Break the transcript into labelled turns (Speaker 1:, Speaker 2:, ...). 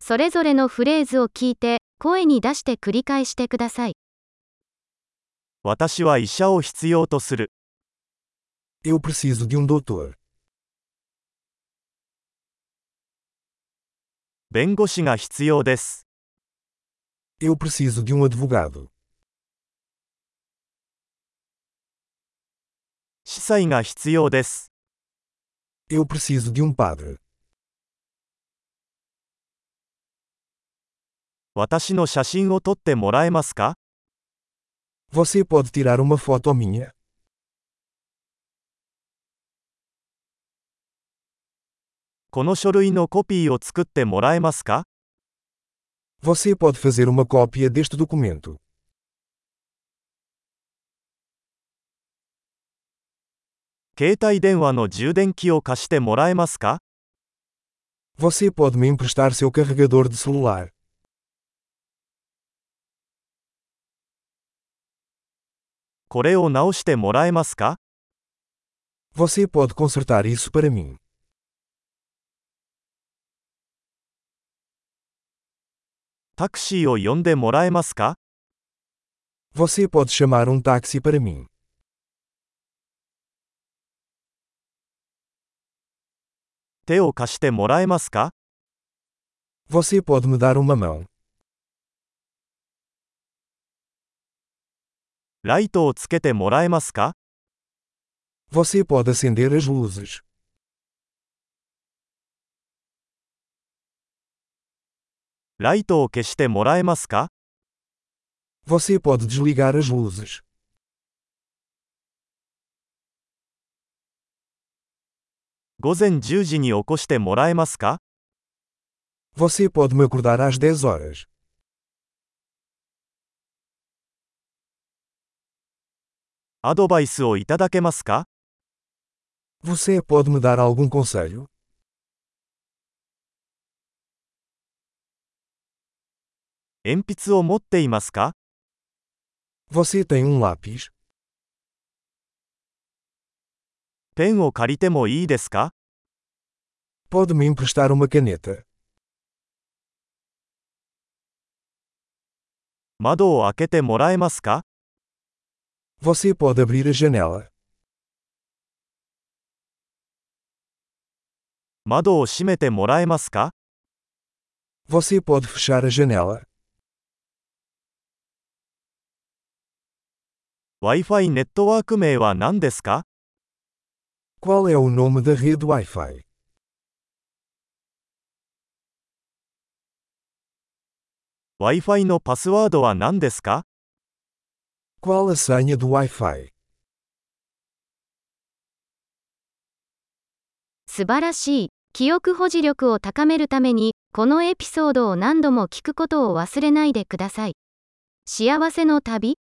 Speaker 1: それぞれのフレーズを聞いて、声に出して繰り返してください。
Speaker 2: 私は医者を必要とする。
Speaker 3: Eu preciso de um doutor.
Speaker 2: 弁護士が必要です。
Speaker 3: Eu preciso de um advogado.
Speaker 2: 司祭が必要です。
Speaker 3: Eu preciso de um padre.
Speaker 2: 私の写真を撮ってもらえますか
Speaker 3: Você pode tirar uma foto minha?
Speaker 2: この書類のコピーを作ってもらえますか
Speaker 3: Você pode fazer uma cópia deste documento.
Speaker 2: 携帯電話の充電器を貸してもらえますか
Speaker 3: Você pode me emprestar seu carregador de celular.
Speaker 2: これを直してもらえますか
Speaker 3: Você pode consertar isso para mim.
Speaker 2: タクシーを呼んでもらえますか
Speaker 3: Você pode chamar um táxi para mim.
Speaker 2: 手を貸してもらえますか
Speaker 3: Você pode me dar uma mão.
Speaker 2: ライトをつけてもらえますか
Speaker 3: Você pode acender as luzes.
Speaker 2: ライトを消してもらえますか
Speaker 3: Você pode desligar as luzes.
Speaker 2: 午前10時に起こしてもらえますか
Speaker 3: Você pode me acordar às 10 horas.
Speaker 2: アドバイスをいただけますか
Speaker 3: Você pode me dar algum conselho?
Speaker 2: 鉛筆を持っていますか
Speaker 3: Você tem um lápis?
Speaker 2: ペンを借りてもいいですか
Speaker 3: Pode me emprestar uma caneta?
Speaker 2: 窓を開けてもらえますか
Speaker 3: Você pode abrir a janela.
Speaker 2: 窓を閉めてもらえますか
Speaker 3: Você pode fechar a janela.
Speaker 2: Wi-Fi ネットワーク名は何ですか
Speaker 3: Qual é o nome da rede Wi-Fi?
Speaker 2: ？Wi-Fi のパスワードは何ですか
Speaker 3: Qual a senha do Wi-Fi?
Speaker 1: 素晴らしい。記憶保持力を高めるために、このエピソードを何度も聞くことを忘れないでください。幸せの旅